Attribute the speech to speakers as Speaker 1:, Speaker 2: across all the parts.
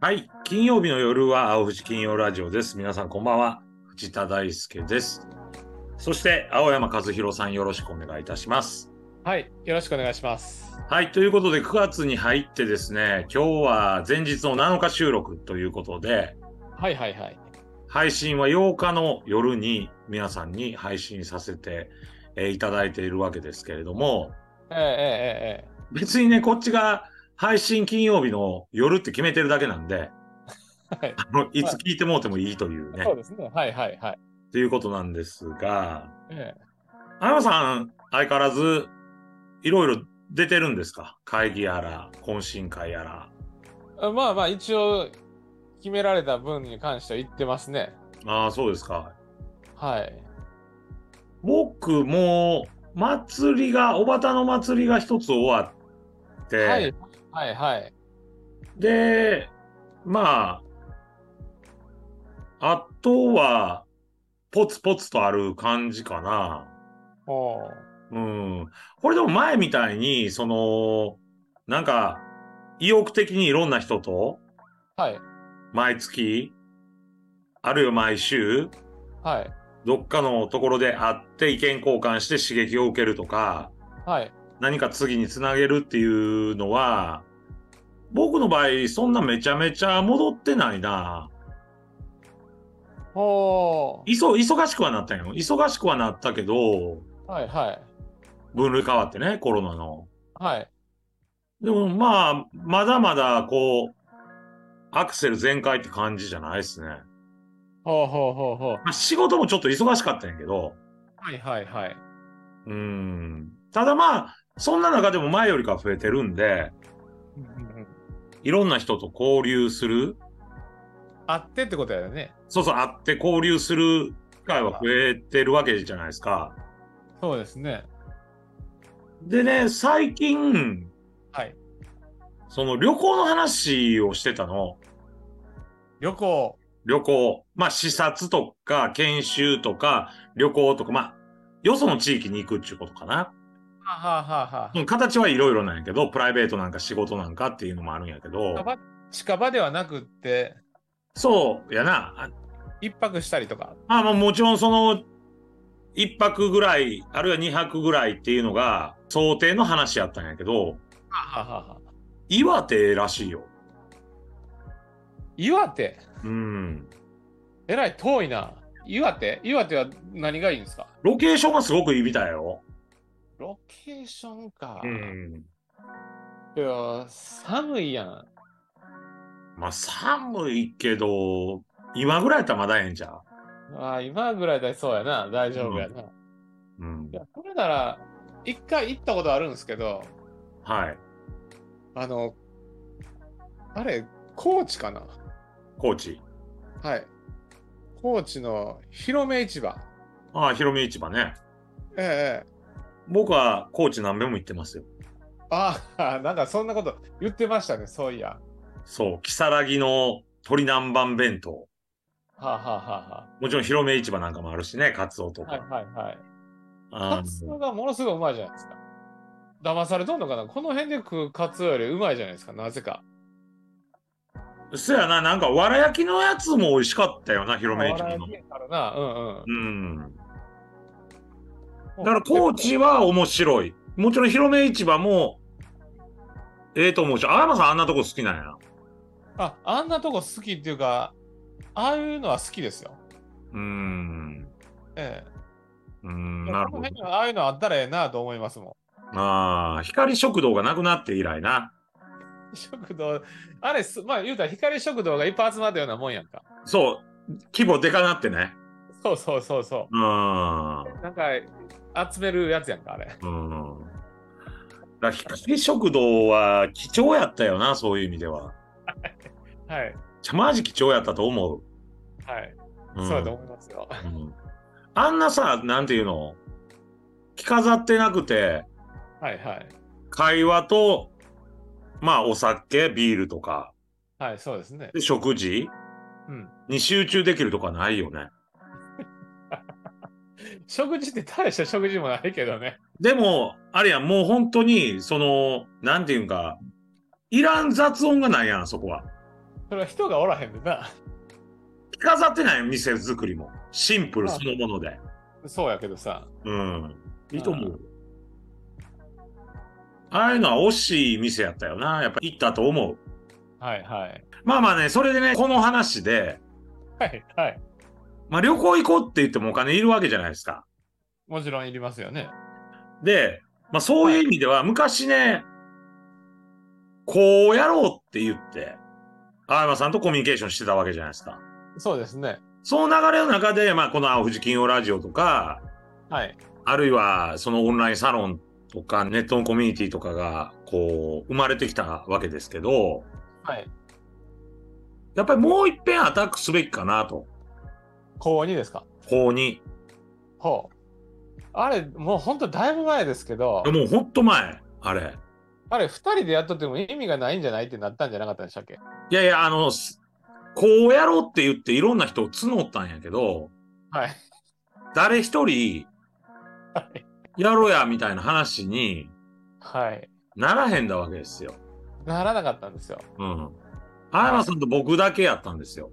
Speaker 1: はい、金曜日の夜は青藤金曜ラジオです。皆さんこんばんは、藤田大輔です。そして青山和弘さんよろしくお願いいたします。
Speaker 2: はい、よろしくお願いします。
Speaker 1: はい、ということで9月に入ってですね、今日は前日の7日収録ということで、
Speaker 2: はいはいはい。
Speaker 1: 配信は8日の夜に皆さんに配信させて、えーいただいているわけですけれども、
Speaker 2: ええええええ
Speaker 1: 別にね、こっちが配信金曜日の夜って決めてるだけなんで、
Speaker 2: はい
Speaker 1: あのいつ聞いてもうてもいいというね、
Speaker 2: そうですね。はいはいはい。
Speaker 1: ということなんですが、
Speaker 2: え
Speaker 1: 青山さん、相変わらず、いろいろ出てるんですか会議やら、懇親会やら。
Speaker 2: えまあまあ、一応、決められた分に関しては言ってますね。
Speaker 1: ああ、そうですか。
Speaker 2: はい。
Speaker 1: 僕も、祭りが、おばたの祭りが一つ終わって、
Speaker 2: はいはいはい。
Speaker 1: で、まあ、あとは、ポツポツとある感じかな。
Speaker 2: おー
Speaker 1: うん。これでも前みたいに、その、なんか、意欲的にいろんな人と、
Speaker 2: はい
Speaker 1: 毎月、あるいは毎週、
Speaker 2: はい
Speaker 1: どっかのところで会って意見交換して刺激を受けるとか、
Speaker 2: はい。
Speaker 1: 何か次につなげるっていうのは、僕の場合、そんなめちゃめちゃ戻ってないな。
Speaker 2: おー
Speaker 1: いそ忙しくはなったんよ。忙しくはなったけど、
Speaker 2: はいはい。
Speaker 1: 分類変わってね、コロナの。
Speaker 2: はい。
Speaker 1: でもまあ、まだまだこう、アクセル全開って感じじゃないですね。
Speaker 2: ほうほうほうほう。
Speaker 1: まあ、仕事もちょっと忙しかったんやけど、
Speaker 2: はいはいはい。
Speaker 1: うーん。ただまあ、そんな中でも前よりかは増えてるんで、
Speaker 2: うんうんうん
Speaker 1: いろんな人と交流する、
Speaker 2: あってってことやよね。
Speaker 1: そうそう、会って交流する機会は増えてるわけじゃないですか。
Speaker 2: そうですね。
Speaker 1: でね、最近、
Speaker 2: はい。
Speaker 1: その旅行の話をしてたの。
Speaker 2: 旅行。
Speaker 1: 旅行。まあ、視察とか、研修とか、旅行とか、まあ、よその地域に行くっていうことかな。
Speaker 2: はあ、はあはあは
Speaker 1: うん形はいろいろなんやけど、プライベートなんか仕事なんかっていうのもあるんやけど
Speaker 2: あ、ば近場ではなくって、
Speaker 1: そうやな。あ
Speaker 2: 一泊したりとか。
Speaker 1: まあ、まあもちろんその、一泊ぐらい、あるいは二泊ぐらいっていうのが、想定の話やったんやけど、
Speaker 2: はあ、はあはあはあ
Speaker 1: 岩手らしいよ。
Speaker 2: 岩手。
Speaker 1: うん。
Speaker 2: えらい遠いな。岩手岩手は何がいいんですか
Speaker 1: ロケーションがすごくいいみたいよ。
Speaker 2: ロケーションか。
Speaker 1: うん。
Speaker 2: いや、寒いやん。
Speaker 1: まあ、寒いけど、今ぐらいやったらまだええんちゃ
Speaker 2: あー今ぐらいだそうやな。大丈夫やな。
Speaker 1: ううん
Speaker 2: い。や、それなら、一回行ったことあるんですけど、
Speaker 1: はい。
Speaker 2: あの、あれ、高知かな
Speaker 1: 高知。
Speaker 2: はい。高知の広め市場。
Speaker 1: ああ、広め市場ね。
Speaker 2: ええ
Speaker 1: 僕は高知何べも行ってますよ。
Speaker 2: ああ、なんかそんなこと言ってましたね、そういや。
Speaker 1: そう、木更木の鶏南蛮弁当。
Speaker 2: はあ、は
Speaker 1: もちろん広め市場なんかもあるしね、カツオと
Speaker 2: あはあはあ、
Speaker 1: か。
Speaker 2: はいはいはい。
Speaker 1: あ
Speaker 2: カツオ
Speaker 1: の
Speaker 2: がものすごいうまいじゃないですか。騙されとんのかなこの辺で食うカツオよりうまいじゃないですか、なぜか。
Speaker 1: そやな、なんかわら焼きのやつも美味しかったよな、広め市場の。
Speaker 2: あるな、うん
Speaker 1: うん。
Speaker 2: うん。
Speaker 1: だから高
Speaker 2: で
Speaker 1: 知は面白い。もちろん広め市場も、ええと思うし、青山さんあんなとこ好きなんや。
Speaker 2: も。あ、あんなとこ好きっていうか、ああいうのは好きですよ。
Speaker 1: うーん。
Speaker 2: え
Speaker 1: うー
Speaker 2: え。
Speaker 1: ん、なる
Speaker 2: こ
Speaker 1: ほど
Speaker 2: の辺。にはああいうのあったらええなと思いますも
Speaker 1: ああ、光食堂がなくなって以来な。
Speaker 2: ん。食堂、あれす、まあ言うたら光食堂がいっぱい集まったようなもんやんか。
Speaker 1: そう、規模でかなってね。
Speaker 2: そうそうそうそう
Speaker 1: ーん。
Speaker 2: う。なんか、集めるやつやんか、あれ。
Speaker 1: うん。だから光食堂は貴重やったよな、そういう意味では。
Speaker 2: はい。
Speaker 1: じゃマジ貴重やったと思う。
Speaker 2: はい。
Speaker 1: うん
Speaker 2: そうだと思いますよ。
Speaker 1: うんあんなさ、なんていうの着飾ってなくて、
Speaker 2: はいはい。
Speaker 1: 会話と、まあお酒、ビールとか、
Speaker 2: はい、そうですね。
Speaker 1: で食事
Speaker 2: うん。
Speaker 1: に集中できるとかないよね。
Speaker 2: 食事って大した食事もないけどね。
Speaker 1: でも、あれやん、もう本当に、その、なんていうんか、いらん雑音がないやん、そこは。
Speaker 2: それは人がおらへんでな。
Speaker 1: 着飾ってないやん店作りも。シンプルそのもので。
Speaker 2: そうやけどさ。
Speaker 1: うん。いいと思う。ああいうのは惜しい店やったよな。やっぱ行ったと思う。
Speaker 2: はいはい。
Speaker 1: まあまあね、それでね、この話で、
Speaker 2: はいはい。
Speaker 1: まあ旅行行こうって言ってもお金いるわけじゃないですか。
Speaker 2: もちろんいりますよね。
Speaker 1: で、まあそういう意味では、昔ね、こうやろうって言って、青山さんとコミュニケーションしてたわけじゃないですか。
Speaker 2: そうですね。
Speaker 1: その流れの中で、まあこの青藤金曜ラジオとか、
Speaker 2: はい。
Speaker 1: あるいはそのオンラインサロンとかネットのコミュニティとかが、こう、生まれてきたわけですけど、
Speaker 2: はい。
Speaker 1: やっぱりもう一遍アタックすべきかなと。
Speaker 2: 高2ですか。
Speaker 1: 法に。
Speaker 2: ほう。あれ、もうほんとだいぶ前ですけど、
Speaker 1: もうほんと前、あれ。
Speaker 2: あれ2人でやっとっても意味がないんじゃないってなったんじゃなかったでしたっけ
Speaker 1: いやいや、あの、すこうやろうって言っていろんな人を募ったんやけど、
Speaker 2: はい。
Speaker 1: 誰一人
Speaker 2: はい、
Speaker 1: やろうやみたいな話に
Speaker 2: はい。
Speaker 1: ならへんだわけですよ。
Speaker 2: ならなかったんですよ。
Speaker 1: うん。青山さんと僕だけやったんですよ。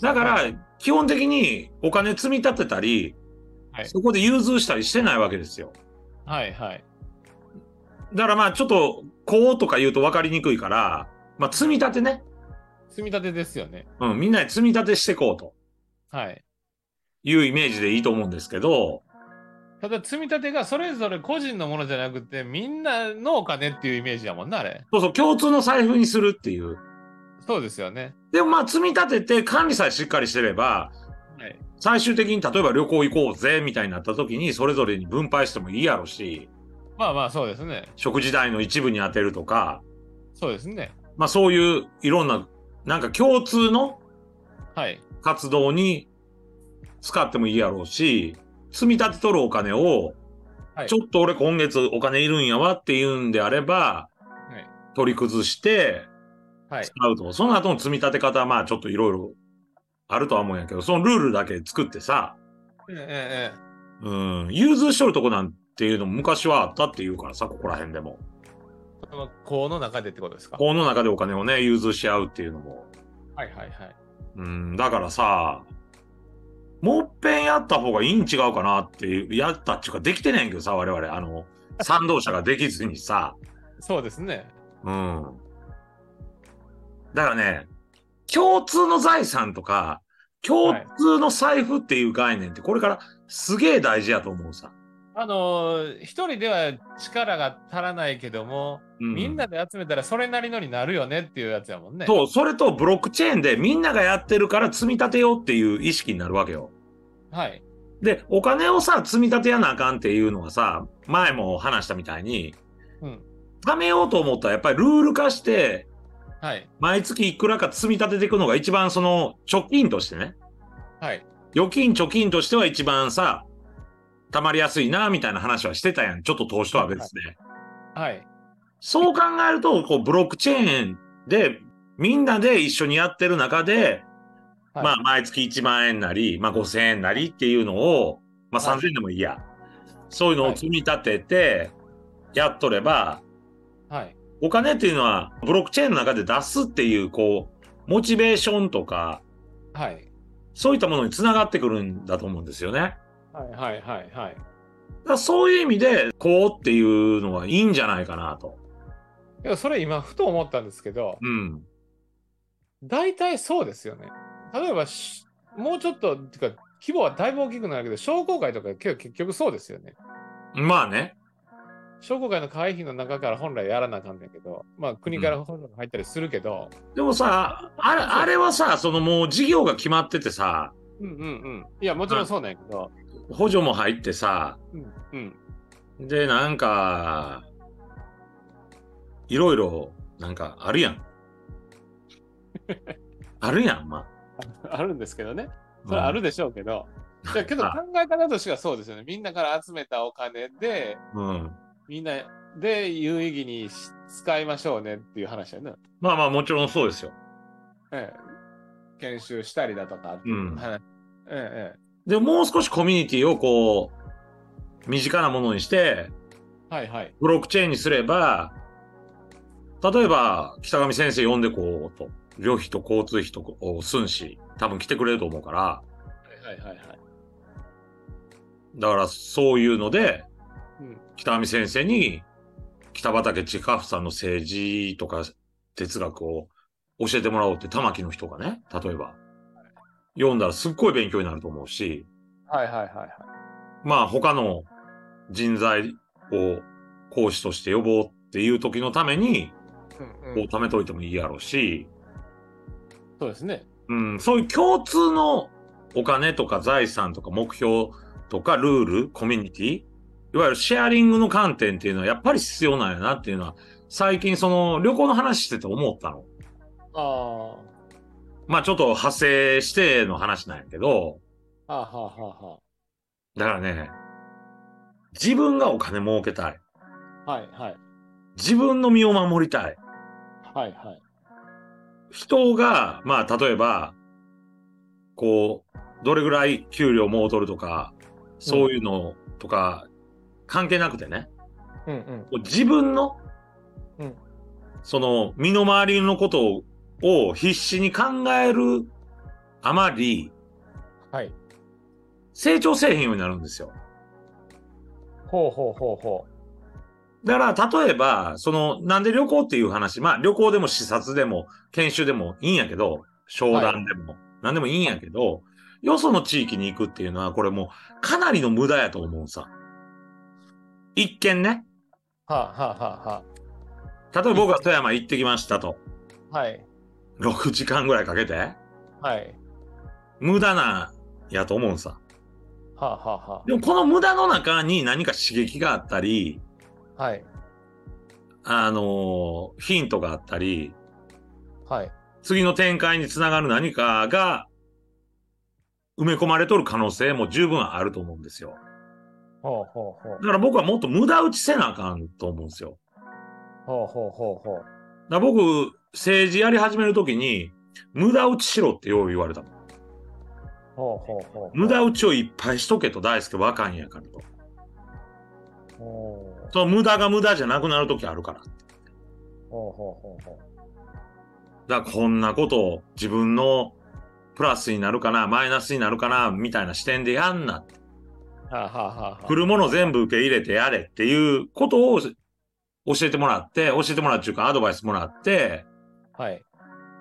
Speaker 1: だか
Speaker 2: は
Speaker 1: ら
Speaker 2: い、
Speaker 1: 基本的にお金積み立てたり、
Speaker 2: はい
Speaker 1: そこで融通したりしてないわけですよ。
Speaker 2: はい。
Speaker 1: だからまあちょっと、こうとか言うと分かりにくいから、まあ積み立てね。
Speaker 2: 積み立てですよね。
Speaker 1: うん、みんなで積み立てしていこうと
Speaker 2: はい。
Speaker 1: いうイメージでいいと思うんですけど、
Speaker 2: ただ積み立てがそれぞれ個人のものじゃなくてみんなのお金っていうイメージやもんなあれ。
Speaker 1: そうそう、共通の財布にするっていう。
Speaker 2: そうですよね。
Speaker 1: でもまあ積み立てて管理さえしっかりしてれば、
Speaker 2: はい
Speaker 1: 最終的に例えば旅行行こうぜみたいになった時にそれぞれに分配してもいいやろし、
Speaker 2: まあまあそうですね。
Speaker 1: 食事代の一部に当てるとか、
Speaker 2: そうですね。
Speaker 1: まあそういういろんな、なんか共通の
Speaker 2: はい。
Speaker 1: 活動に使ってもいいやろうし、積み立て取るお金を、
Speaker 2: はい
Speaker 1: ちょっと俺今月お金いるんやわっていうんであれば、
Speaker 2: い
Speaker 1: 取り崩して
Speaker 2: はい
Speaker 1: 使。うと。その後の積み立て方はまあちょっといろいろあるとは思うんやけど、そのルールだけ作ってさ、
Speaker 2: ええええ。
Speaker 1: うん、融通しとるとこなんていうのも昔はあったっていうからさ、ここら辺でも。
Speaker 2: その校の中でってことですか。は
Speaker 1: 法の中でお金をね、融通し合うっていうのも。
Speaker 2: いはいはい。
Speaker 1: うん、だからさ、もっぺんやった方がいいん違うかなっていう、やったっていうか、できてないんやけどさ、我々、あの、賛同者ができずにさ、
Speaker 2: そうですね。
Speaker 1: うん。だからね、共通の財産とか、共通の財布っていう概念って、これからすげえ大事やと思うさ。
Speaker 2: あのー一人では力が足らないけども、
Speaker 1: う
Speaker 2: みんなで集めたらそれなりのになるよねっていうやつやもんね。
Speaker 1: そう、それとブロックチェーンでみんながやってるから積み立てようっていう意識になるわけよ。
Speaker 2: はい。
Speaker 1: で、お金をさ、積み立てやなあかんっていうのはさ、前も話したみたいに、
Speaker 2: うん。
Speaker 1: 貯めようと思ったらやっぱりルール化して、
Speaker 2: はい。
Speaker 1: 毎月いくらか積み立てていくのが一番その貯金としてね、
Speaker 2: はい。
Speaker 1: 預金貯金としては一番さ、貯まりやすいなみたいな話はしてたやん。ちょっと投資とは別で。
Speaker 2: はい。
Speaker 1: そう考えると、こう、ブロックチェーンで、みんなで一緒にやってる中で、
Speaker 2: はい
Speaker 1: まあ、毎月1万円なり、まあ、5000円なりっていうのを、まあ、
Speaker 2: はい
Speaker 1: 3000円でもいいや。そういうのを積み立てて、やっとれば、
Speaker 2: はい。
Speaker 1: お金っていうのは、ブロックチェーンの中で出すっていう、こう、モチベーションとか、
Speaker 2: はい。
Speaker 1: そういったものにつながってくるんだと思うんですよね。
Speaker 2: はい。はい。はい。はい。
Speaker 1: だからそういう意味で、こうっていうのはいいんじゃないかなと。
Speaker 2: でもそれ今ふと思ったんですけど、
Speaker 1: うん。
Speaker 2: 大体そうですよね。例えばし、もうちょっと、てか、規模はだいぶ大きくなるけど、商工会とか結構結局そうですよね。
Speaker 1: まあね。
Speaker 2: 商工会の会費の中から本来やらなあかんねんけど、まあ国から本来入ったりするけど、
Speaker 1: でもさ、あれあれはさ、そのもう事業が決まっててさ、
Speaker 2: うんうんうん。いや、もちろんそうなんやけど、
Speaker 1: 補助も入ってさ、
Speaker 2: うんうん。
Speaker 1: で、なんか、いろいろ、なんかある やん。あるやん、ま
Speaker 2: あるんですけどね。
Speaker 1: あ。
Speaker 2: それはあるでしょうけど、
Speaker 1: うん
Speaker 2: いやけど考
Speaker 1: あ
Speaker 2: え方としてはそうですよね。みんなから集めたお金で、
Speaker 1: うん。
Speaker 2: みんなで有意義にし使いましょうねっていう話やな。
Speaker 1: まあまあ、もちろんそうですよ。
Speaker 2: ええ、研修したりだとかっていう話、えええ
Speaker 1: で、もう少しコミュニティをこう、身近なものにして、
Speaker 2: はいはい。
Speaker 1: ブロックチェーンにすれば、例えば、北上先生呼んでこうと、旅費と交通費とを寸し、多分来てくれると思うから、
Speaker 2: はいはいはい。
Speaker 1: だからそういうので、
Speaker 2: うん
Speaker 1: 北上先生に、北畠千佳夫さんの政治とか哲学を教えてもらおうって、玉木の人がね、例えば、読んだらすっごい勉強になると思うし、
Speaker 2: はいはいはいはい。
Speaker 1: まあ他の人材を講師として呼ぼうっていう時のために、
Speaker 2: うん
Speaker 1: こう貯めといてもいいやろうし、
Speaker 2: そうですね。
Speaker 1: うん、そういう共通のお金とか財産とか目標とかルール、コミュニティ、いわゆるシェアリングの観点っていうのはやっぱり必要なんやなっていうのは、最近その旅行の話してて思ったの。
Speaker 2: あ
Speaker 1: まあちょっと派生しての話なんやけど、
Speaker 2: あ。はあはあは
Speaker 1: だからね、自分がお金儲けたい。
Speaker 2: あはあ。はいはい。
Speaker 1: 自分の身を守りたい。
Speaker 2: はいはい。
Speaker 1: 人が、まあ、例えば、こう、どれぐらい給料もう取るとか、そういうのとか、関係なくてね、
Speaker 2: うんうん。
Speaker 1: こう自分の、
Speaker 2: うん
Speaker 1: その、身の回りのことをを必死に考えるあまり、
Speaker 2: はい。
Speaker 1: 成長せえへんようになるんですよ。
Speaker 2: ほうほうほうほ
Speaker 1: だから、例えば、その、なんで旅行っていう話、まあ、旅行でも視察でも、研修でもいいんやけど、商談でも、なんでもいいんやけど、よその地域に行くっていうのは、これもう、かなりの無駄やと思うさ。一見ね、
Speaker 2: う。はあはあはあは
Speaker 1: 例えば僕が富山行ってきましたと、
Speaker 2: あ。はい。
Speaker 1: 6時間ぐらいかけて、
Speaker 2: はい。
Speaker 1: 無駄なんやと思うさ。
Speaker 2: はあはあは
Speaker 1: でも、この無駄の中に何か刺激があったり、
Speaker 2: あ。はい。
Speaker 1: あのーヒントがあったり、
Speaker 2: はい。
Speaker 1: 次の展開につながる何かが埋め込まれとる可能性も十分あると思うんですよ。
Speaker 2: ほうほうほう
Speaker 1: だ。から僕はもっと無駄打ちせなあかんと思うんですよ。
Speaker 2: ほうほうほうほう。
Speaker 1: だから僕、政治やり始めるときに、無駄打ちしろってよう言われたもん。
Speaker 2: ほうほうほう。
Speaker 1: 無駄打ちをいっぱいしとけと大輔若いんやからと。
Speaker 2: ほう
Speaker 1: その無駄が無駄じゃなくなるときあるから。
Speaker 2: ほうほうほうほう。
Speaker 1: だからこんなことを自分のプラスになるかな、マイナスになるかな、みたいな視点でやんなって
Speaker 2: はあはあはあはあ。
Speaker 1: 来るもの全部受け入れてやれっていうことを教えてもらって、教えてもらうっていうかアドバイスもらって、
Speaker 2: はい。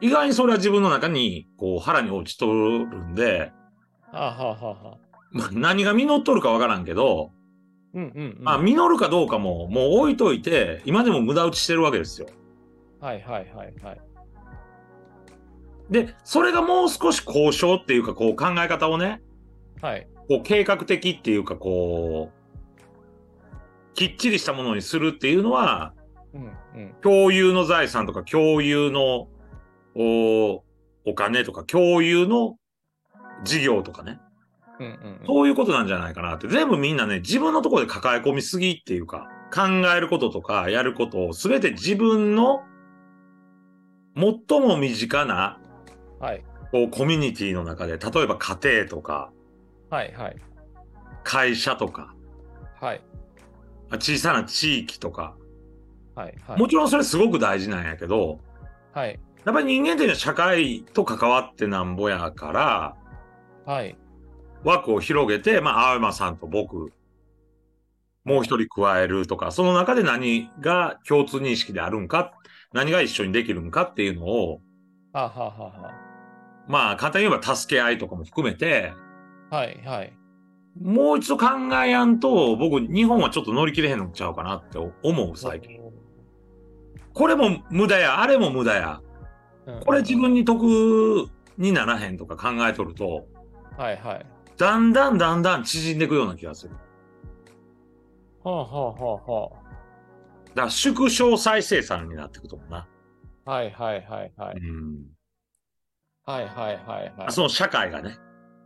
Speaker 1: 意外にそれは自分の中にこう腹に落ちとるんで、
Speaker 2: はあはあはあはあ。
Speaker 1: まあ、何が実っとるかわからんけど、
Speaker 2: うんうん、うん。
Speaker 1: まあ実るかどうかももう置いといて、今でも無駄打ちしてるわけですよ。
Speaker 2: はいはいはいはい。
Speaker 1: で、それがもう少し交渉っていうかこう考え方をね、
Speaker 2: はい。
Speaker 1: こう計画的っていうかこう、きっちりしたものにするっていうのは、
Speaker 2: うんうん。
Speaker 1: 共有の財産とか共有のおお金とか共有の事業とかね、
Speaker 2: うんうんうん。
Speaker 1: そういうことなんじゃないかなって、全部みんなね、自分のところで抱え込みすぎっていうか、考えることとかやることを全て自分の最も身近な
Speaker 2: はい。
Speaker 1: こうコミュニティの中で、例えば家庭とか
Speaker 2: はいはい。
Speaker 1: 会社とか、
Speaker 2: はい。
Speaker 1: 小さな地域とか、
Speaker 2: はい。はい。
Speaker 1: もちろんそれすごく大事なんやけど、
Speaker 2: はい。
Speaker 1: やっぱり人間っていうのは社会と関わってなんぼやから、
Speaker 2: はい。
Speaker 1: 枠を広げて、まあ、青山さんと僕、もう一人加えるとか、その中で何が共通認識であるんか、何が一緒にできるんかっていうのを、
Speaker 2: はあ、はあは
Speaker 1: まあ、簡単に言えば助け合いとかも含めて、
Speaker 2: あはあ、はい。はい。
Speaker 1: もう一度考えやんと、僕、日本はちょっと乗り切れへんのちゃうかなって思う、最近。。これも無駄や、あれも無駄や、
Speaker 2: うん、
Speaker 1: これ自。分に得にならへんとか考えとると、
Speaker 2: はいはい。
Speaker 1: だんだんだんだん縮んでいくような気がする。
Speaker 2: はあ、はあはあは
Speaker 1: だから縮小再生産になっていくと思うな。
Speaker 2: あ。はいはいはいはい。
Speaker 1: うん
Speaker 2: はいはいはいはい。
Speaker 1: その社会がね、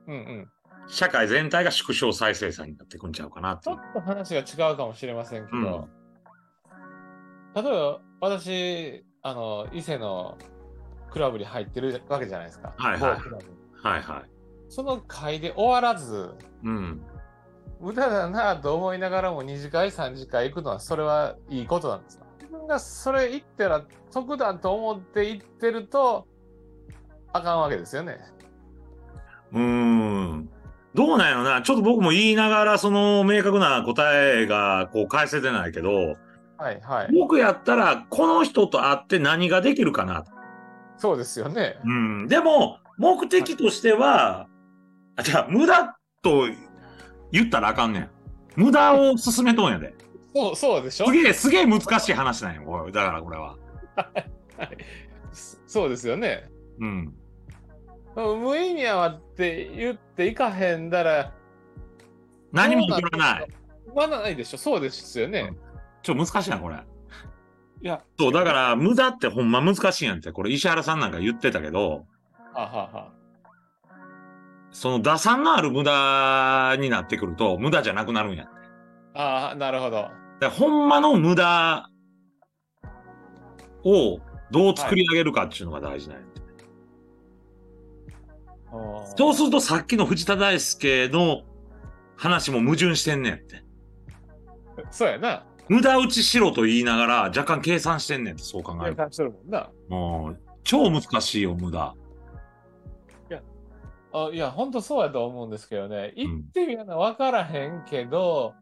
Speaker 2: うんうん。
Speaker 1: 社会全体が縮小再生産になってくんちゃうかなっ
Speaker 2: ち
Speaker 1: てい
Speaker 2: ょ
Speaker 1: う。
Speaker 2: っと話が違うかもしれませんけど、
Speaker 1: うん
Speaker 2: 例えば私、あの、伊勢のクラブに入ってるわけじゃないですか。
Speaker 1: はいはい
Speaker 2: 某クラブ
Speaker 1: はいはい。
Speaker 2: その会で終わらず、
Speaker 1: うん。
Speaker 2: 無駄だなと思いながらも2次会3次会行くのはそれはいいことなんですか自分がそれ行ったら得だと思って行ってるとあかんわけですよね。
Speaker 1: うーん。どうなんやろな。ちょっと僕も言いながら、その明確な答えがこう返せてないけど、
Speaker 2: はいはい。
Speaker 1: 僕やったら、この人と会って何ができるかな。
Speaker 2: そうですよね。
Speaker 1: うん。でも、目的としては、あ、じゃあ、無駄と言ったらあかんねん。無駄を進めとんやで。
Speaker 2: そうそうでしょ
Speaker 1: すげえ、すげえ難しい話なんよ。これだからこれは。
Speaker 2: そそうですよね。
Speaker 1: うん。
Speaker 2: 無意味やわって言っていかへんだら、
Speaker 1: 何も起こらない。
Speaker 2: まだないでしょそうですよね。
Speaker 1: ちょ、難しいな、これ。
Speaker 2: いや、
Speaker 1: そう、だから、無駄ってほんま難しいやんって。これ、石原さんなんか言ってたけど、
Speaker 2: ははは
Speaker 1: その打算のある無駄になってくると、無駄じゃなくなるんや。だか
Speaker 2: ああ、なるほど。
Speaker 1: らほんまの無駄をどう作り上げるかっていうのが大事なんや。そうすると、さっきの藤田大輔の話も矛盾してんねんって。
Speaker 2: そうやな。
Speaker 1: 無駄打ちしろと言いながら、若干計算してんねんって、そう考え
Speaker 2: 計
Speaker 1: ると。
Speaker 2: 算してるもんな。
Speaker 1: もう、超難しいよ、無駄。
Speaker 2: あいや、ほんとそうやと思うんですけどね。行ってみやな、わからへんけど、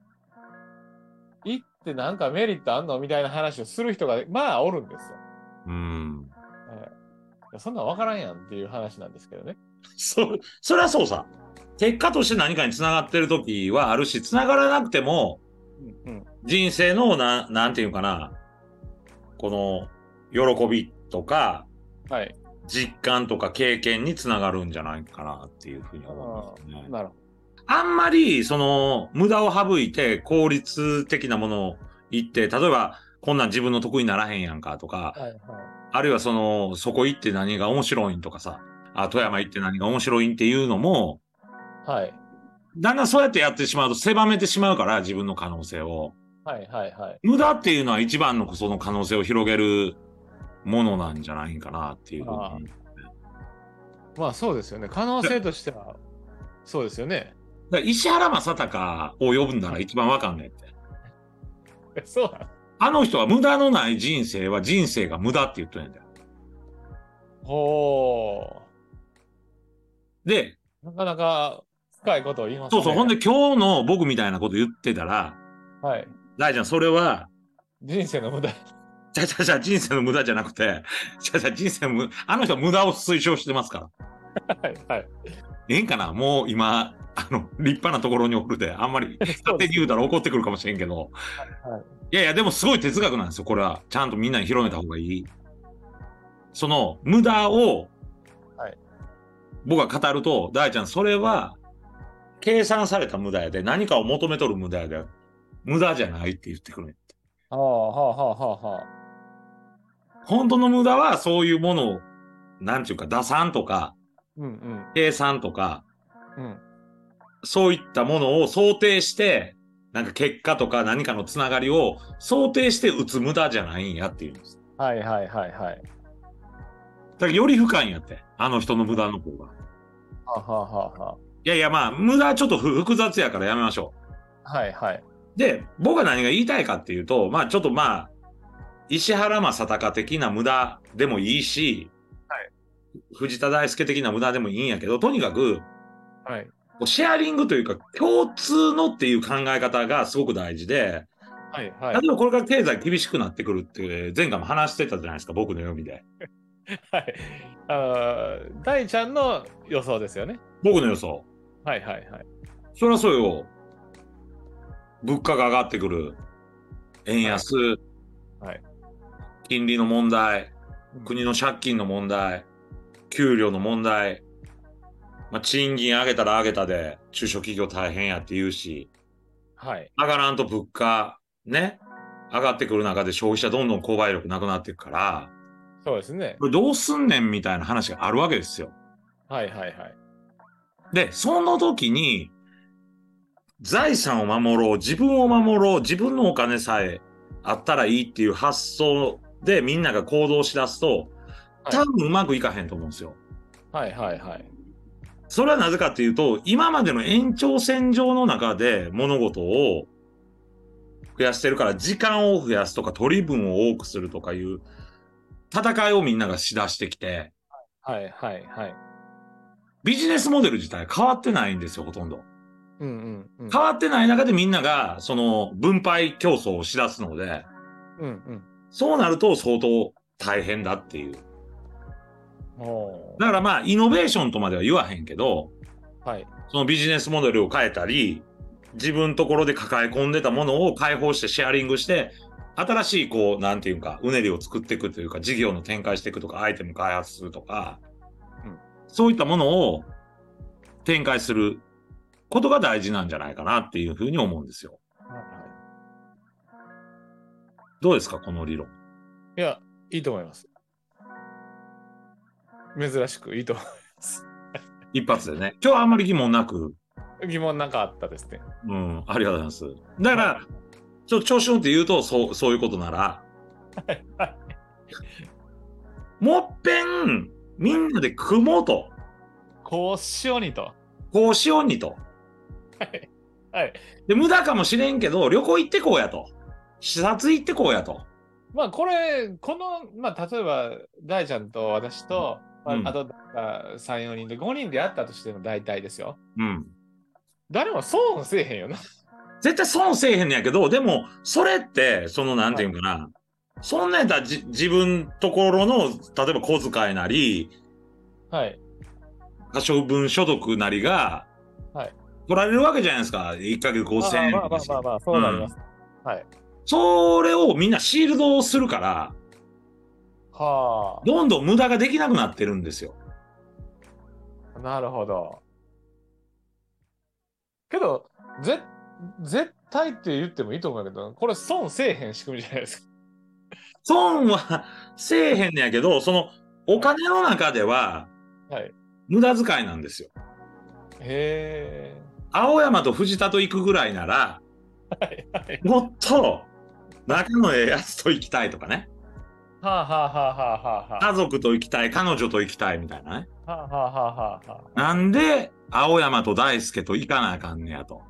Speaker 2: 行ってなんかメリットあんのみたいな話をする人が、まあ、おるんですよ。
Speaker 1: うん。
Speaker 2: いやそんなんわからんやんっていう話なんですけどね。
Speaker 1: そ、それはそうさ。結果として何かに繋がってる時はあるし、繋がらなくても、
Speaker 2: うんうん。
Speaker 1: 人生の、な、なんていうかな、この、喜びとか、
Speaker 2: はい。
Speaker 1: 実感とか経験につながるんじゃないかなっていうふうに思いますね。
Speaker 2: なるほ
Speaker 1: あんまり、その、無駄を省いて効率的なものを言って、例えば、こんなん自分の得意にならへんやんかと
Speaker 2: ど。
Speaker 1: か、
Speaker 2: はいはい。
Speaker 1: あるいはその、そこ行って何が面白いんとかさ、あ、富山行って何が面白いんっていうのも、
Speaker 2: はい。
Speaker 1: だんだんそうやってやってしまうと狭めてしまうから、自分の可能性を。
Speaker 2: はいはいはい。
Speaker 1: 無駄っていうのは一番のその可能性を広げるものなんじゃないかなっていうふう
Speaker 2: あ
Speaker 1: に。
Speaker 2: まあそうですよね。可能性としては、そうですよ ね。
Speaker 1: だから石原正隆を呼ぶんなら一番わかんないって。
Speaker 2: そう
Speaker 1: あの人は無駄のない人生は人生が無駄って言ってんだよ。
Speaker 2: ほ
Speaker 1: で、
Speaker 2: う。なかなか深いことを言います
Speaker 1: そ
Speaker 2: ね。
Speaker 1: うそう、ほんで今日の僕みたいなこと言ってたら、
Speaker 2: はい。
Speaker 1: 大ちゃん、それは、
Speaker 2: 人生の無駄。
Speaker 1: じゃじゃじゃ人生の無駄じゃなくて、じゃじゃ人生の無あの人は無駄を推奨してますから。
Speaker 2: はいはい。
Speaker 1: ええんかなもう今、あの、立派なところにおるで、あんまり勝手に言うたら怒ってくるかもしれんけど。
Speaker 2: はい
Speaker 1: やいや、でもすごい哲学なんですよ、これは。ちゃんとみんなに広めた方がいい。その、無駄を、
Speaker 2: はい
Speaker 1: 僕が語ると、大ちゃん、それは、計算された無駄やで、何かを求めとる無駄やで、無駄じゃないって言ってくるね。
Speaker 2: はあはあはあはあはあ。
Speaker 1: 本当の無駄は、そういうものを、なんていうか、打算とか、
Speaker 2: うん
Speaker 1: 計算とか、
Speaker 2: うんうん。
Speaker 1: そういったものを想定して、なんか結果とか何かのつながりを想定して打つ無駄じゃないんやっていうんです。
Speaker 2: はいはいはいはい。
Speaker 1: だからより深いんやって、あの人の無駄の方が。
Speaker 2: はあはあはあはい
Speaker 1: やいやまあ、無駄ちょっとふ複雑やからやめましょ
Speaker 2: あ。はいはい。
Speaker 1: う。で、僕は何が言いたいかっていうと、まあちょっとまあ、石原正隆的な無駄でもいいし、
Speaker 2: は
Speaker 1: 藤田大輔的な無駄でもいいんやけど、とにかく、
Speaker 2: はい。
Speaker 1: こうシェアリングというか、共通のっていう考え方がすごく大事で、
Speaker 2: はいはい。
Speaker 1: 例えばこれから経済厳しくなってくるって、前回も話してたじゃないですか、僕の読みで。
Speaker 2: はい。あー大ちゃんの予想ですよね。
Speaker 1: 僕の予想。
Speaker 2: はいはいはい。
Speaker 1: そりゃそうよ。物価が上がってくる。円安。
Speaker 2: はい
Speaker 1: 金利の問題。国の借金の問題。給料の問題。まあ、賃金上げたら上げたで、中小企業大変やって言うし、
Speaker 2: はい。
Speaker 1: 上がらんと物価、ね。上がってくる中で消費者どんどん購買力なくなっていくから、
Speaker 2: そうですね。
Speaker 1: これどうすんねんみたいな話があるわけですよ。
Speaker 2: はいはいはい。
Speaker 1: で、その時に、財産を守ろう、自分を守ろう、自分のお金さえあったらいいっていう発想でみんなが行動しだすと、
Speaker 2: はい
Speaker 1: 多分うまくいかへんと思うんですよ。
Speaker 2: はいはいはい。
Speaker 1: それはなぜかっていうと、今までの延長線上の中で物事を増やしてるから、時間を増やすとか、取り分を多くするとかいう戦いをみんながしだしてきて、
Speaker 2: はいはいはい。
Speaker 1: ビジネスモデル自体変わってないんですよ、ほとんど。
Speaker 2: うんうんうん。
Speaker 1: 変わってない中でみんなが、その分配競争をしだすので、
Speaker 2: うん
Speaker 1: そうなると相当大変だっていう。
Speaker 2: うん。お
Speaker 1: だからまあ、イノベーションとまでは言わへんけど、
Speaker 2: ーはい。
Speaker 1: そのビジネスモデルを変えたり、自分のところで抱え込んでたものを解放してシェアリングして、新しいこう、なんていうか、うねりを作っていくというか、事業の展開していくとか、アイテム開発するとか、
Speaker 2: うん
Speaker 1: そういったものを展開することが大事なんじゃないかなっていうふうに思うんですよ。どうですか、この理論。
Speaker 2: いや、いいと思います。珍しくいいと思
Speaker 1: 一発でね。今日はあんまり疑問なく、
Speaker 2: う。疑問なんかあったですね。
Speaker 1: うん、ありがとうございます。だから、
Speaker 2: は
Speaker 1: ちょっと調子乗って言うと、そう、そういうことなら
Speaker 2: は。
Speaker 1: もっぺん、みんなで組もうと。
Speaker 2: こうしようにと。
Speaker 1: こうしようにと。
Speaker 2: はい。はい。
Speaker 1: で、無駄かもしれんけど、旅行行ってこうやと。視察行ってこうやと。
Speaker 2: まあこれ、この、まあ例えば、大ちゃんと私と、まあ
Speaker 1: うん
Speaker 2: あと3、4人で5人でやったとしても大体ですよ。
Speaker 1: うん。
Speaker 2: 誰も損せえへんよな。
Speaker 1: 絶対損せえへんねやけど、でも、それって、その、なんていうんかな。そんなんやったらじ、自分ところの、例えば小遣いなり、
Speaker 2: はい。
Speaker 1: 可処分所得なりが、
Speaker 2: はい
Speaker 1: 取られるわけじゃないですか。1ヶ月5000円。
Speaker 2: まあまあまあまあ、そうなります。はい。
Speaker 1: それをみんなシールドをするから、
Speaker 2: は
Speaker 1: どんどん無駄ができなくなってるんですよ。
Speaker 2: あ、なるほど。けど、ぜ、絶対って言ってもいいと思うけど、これ損せえへん仕組みじゃないですか。
Speaker 1: 損はせえへんねやけど、そのお金の中では
Speaker 2: はい。
Speaker 1: 無駄遣いなんですよ。
Speaker 2: へ
Speaker 1: 青山と藤田と行くぐらいなら、
Speaker 2: え。はいはい。
Speaker 1: もっと仲のええやつと行きたいとかね。
Speaker 2: はあはあはあはあはあは
Speaker 1: 家族と行きたい、彼女と行きたいみたいなね。
Speaker 2: あ。はあはあはあはあ。
Speaker 1: なんで青山と大輔と行かなあかんねやと。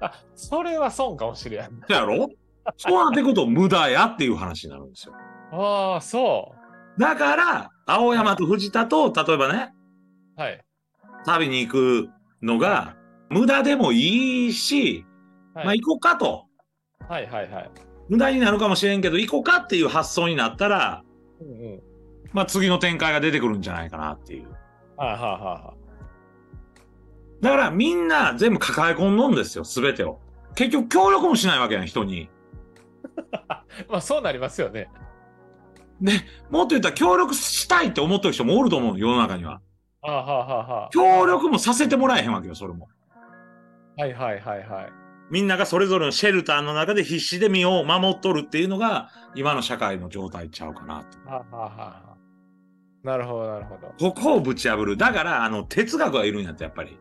Speaker 2: あ、それは損かもしれん。
Speaker 1: そやろそうなってくると無駄やっていう話になるんですよ。
Speaker 2: ああ、そ
Speaker 1: だから、青山と藤田と、例えばね、
Speaker 2: う。はい。
Speaker 1: 旅に行くのが、無駄でもいいし、
Speaker 2: はい
Speaker 1: まあ行こうかと。
Speaker 2: はいはいはい。
Speaker 1: 無駄になるかもしれんけど、行こうかっていう発想になったら、
Speaker 2: うんうん。
Speaker 1: まあ次の展開が出てくるんじゃないかなっていう。
Speaker 2: はいはいは
Speaker 1: だからみんな全部抱え込んどんですよ、すべてを。結局協力もしないわけやん、人に。
Speaker 2: いはい。まあそうなりますよね。
Speaker 1: もっと言ったら協力したいって思ってる人もおると思う、世の中には。
Speaker 2: はあはあはあはあ。
Speaker 1: 協力もさせてもらえへんわけよ、それも。
Speaker 2: はいはいはいはい。
Speaker 1: みんながそれぞれのシェルターの中で必死で身を守っとるっていうのが、今の社会の状態ちゃうかなと。
Speaker 2: はあはあはあ。なるほどなるほど。
Speaker 1: ここをぶち破る。だから、あの、哲学がいるんやって、やっぱり。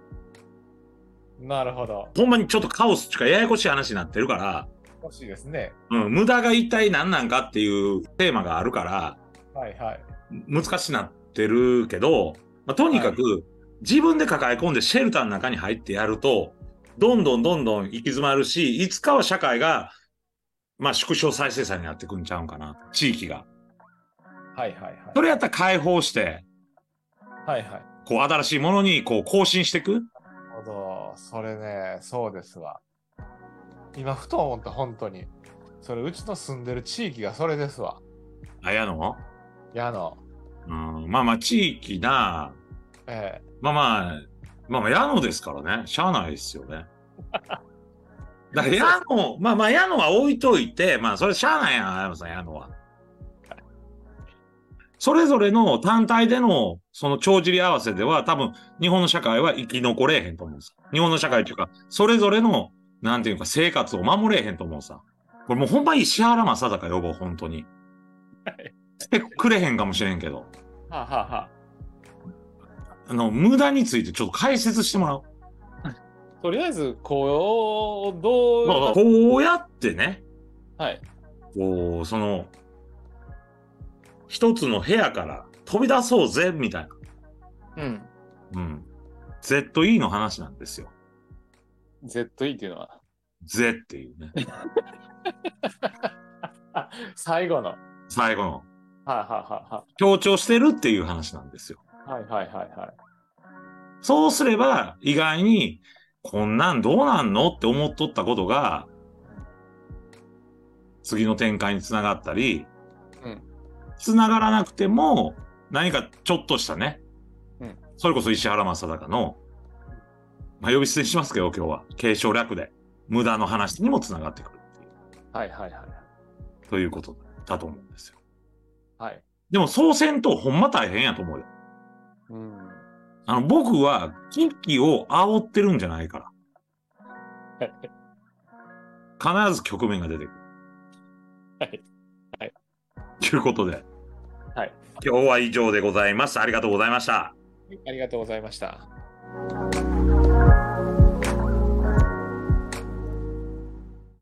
Speaker 2: なるほど。
Speaker 1: ほんまにちょっとカオスというか、ややこしい話になってるから、
Speaker 2: 欲しいですね。
Speaker 1: うん、無駄が一体何なんかっていうテーマがあるから、
Speaker 2: はいはい。
Speaker 1: 難しなってるけど、まあ、とにかく、自分で抱え込んでシェルターの中に入ってやると、どんどんどんどん行き詰まるし、いつかは社会が、まあ、縮小再生産になってくんちゃうんかな。地域が。
Speaker 2: はいはい
Speaker 1: それやったら解放して、
Speaker 2: はい。はいはい。
Speaker 1: こう、新しいものに、こう、更新していく。
Speaker 2: なるほど。それね、そうですわ。今ふと思った、本当に。それ、うちの住んでる地域がそれですわ。
Speaker 1: あ、やの
Speaker 2: 矢野。
Speaker 1: うん、まあまあ、地域な、
Speaker 2: ええ
Speaker 1: まあまあ、まあまあ、矢野ですからね。しゃあないですよね。だから矢野、まあまあ矢野は置いといて、まあそれしゃあないやん、青山さん、矢野は。それぞれの単体でのその帳尻合わせでは多分日本の社会は生き残れへんと思うんです。日本の社会というか、それぞれの、なんていうか生活を守れへんと思うさ。これもうほんま石原正隆呼ぼう、本当に。してくれへんかもしれんけど。
Speaker 2: はあ、はあはあ、
Speaker 1: あの、無駄についてちょっと解説してもらおう。
Speaker 2: とりあえず、こう、どう、
Speaker 1: まあまあ、こうやってね、
Speaker 2: はい。
Speaker 1: こう、その、一つの部屋から飛び出そうぜ、みたいな。
Speaker 2: うん。
Speaker 1: うん。ZE の話なんですよ。
Speaker 2: ZE っていうのは、
Speaker 1: ぜっていうね。
Speaker 2: 最後の。はい
Speaker 1: 最後の。
Speaker 2: は
Speaker 1: 強調してるっていう話なんですよ。
Speaker 2: いはいはい。はいはいはいはい。
Speaker 1: そうすれば、意外に、こんなんどうなんのって思っとったことが、次の展開につながったり、
Speaker 2: うん
Speaker 1: つながらなくても、何かちょっとしたね、
Speaker 2: うん
Speaker 1: それこそ石原正孝の、まあ、呼び捨てにしますけど、今日は、継承略で、無駄の話にもつながってくるってい
Speaker 2: はいはいはい。
Speaker 1: う、ということだと思うんですよ。
Speaker 2: はい。
Speaker 1: でも、総選とほんま大変やと思うよ。
Speaker 2: うん。
Speaker 1: あの、僕は、キッキを煽ってるんじゃないから。必ず局面が出てくる。
Speaker 2: はい。はい。
Speaker 1: ということで。
Speaker 2: はい。
Speaker 1: 今日は以上でございます。ありがとうございました。
Speaker 2: ありがとうございました。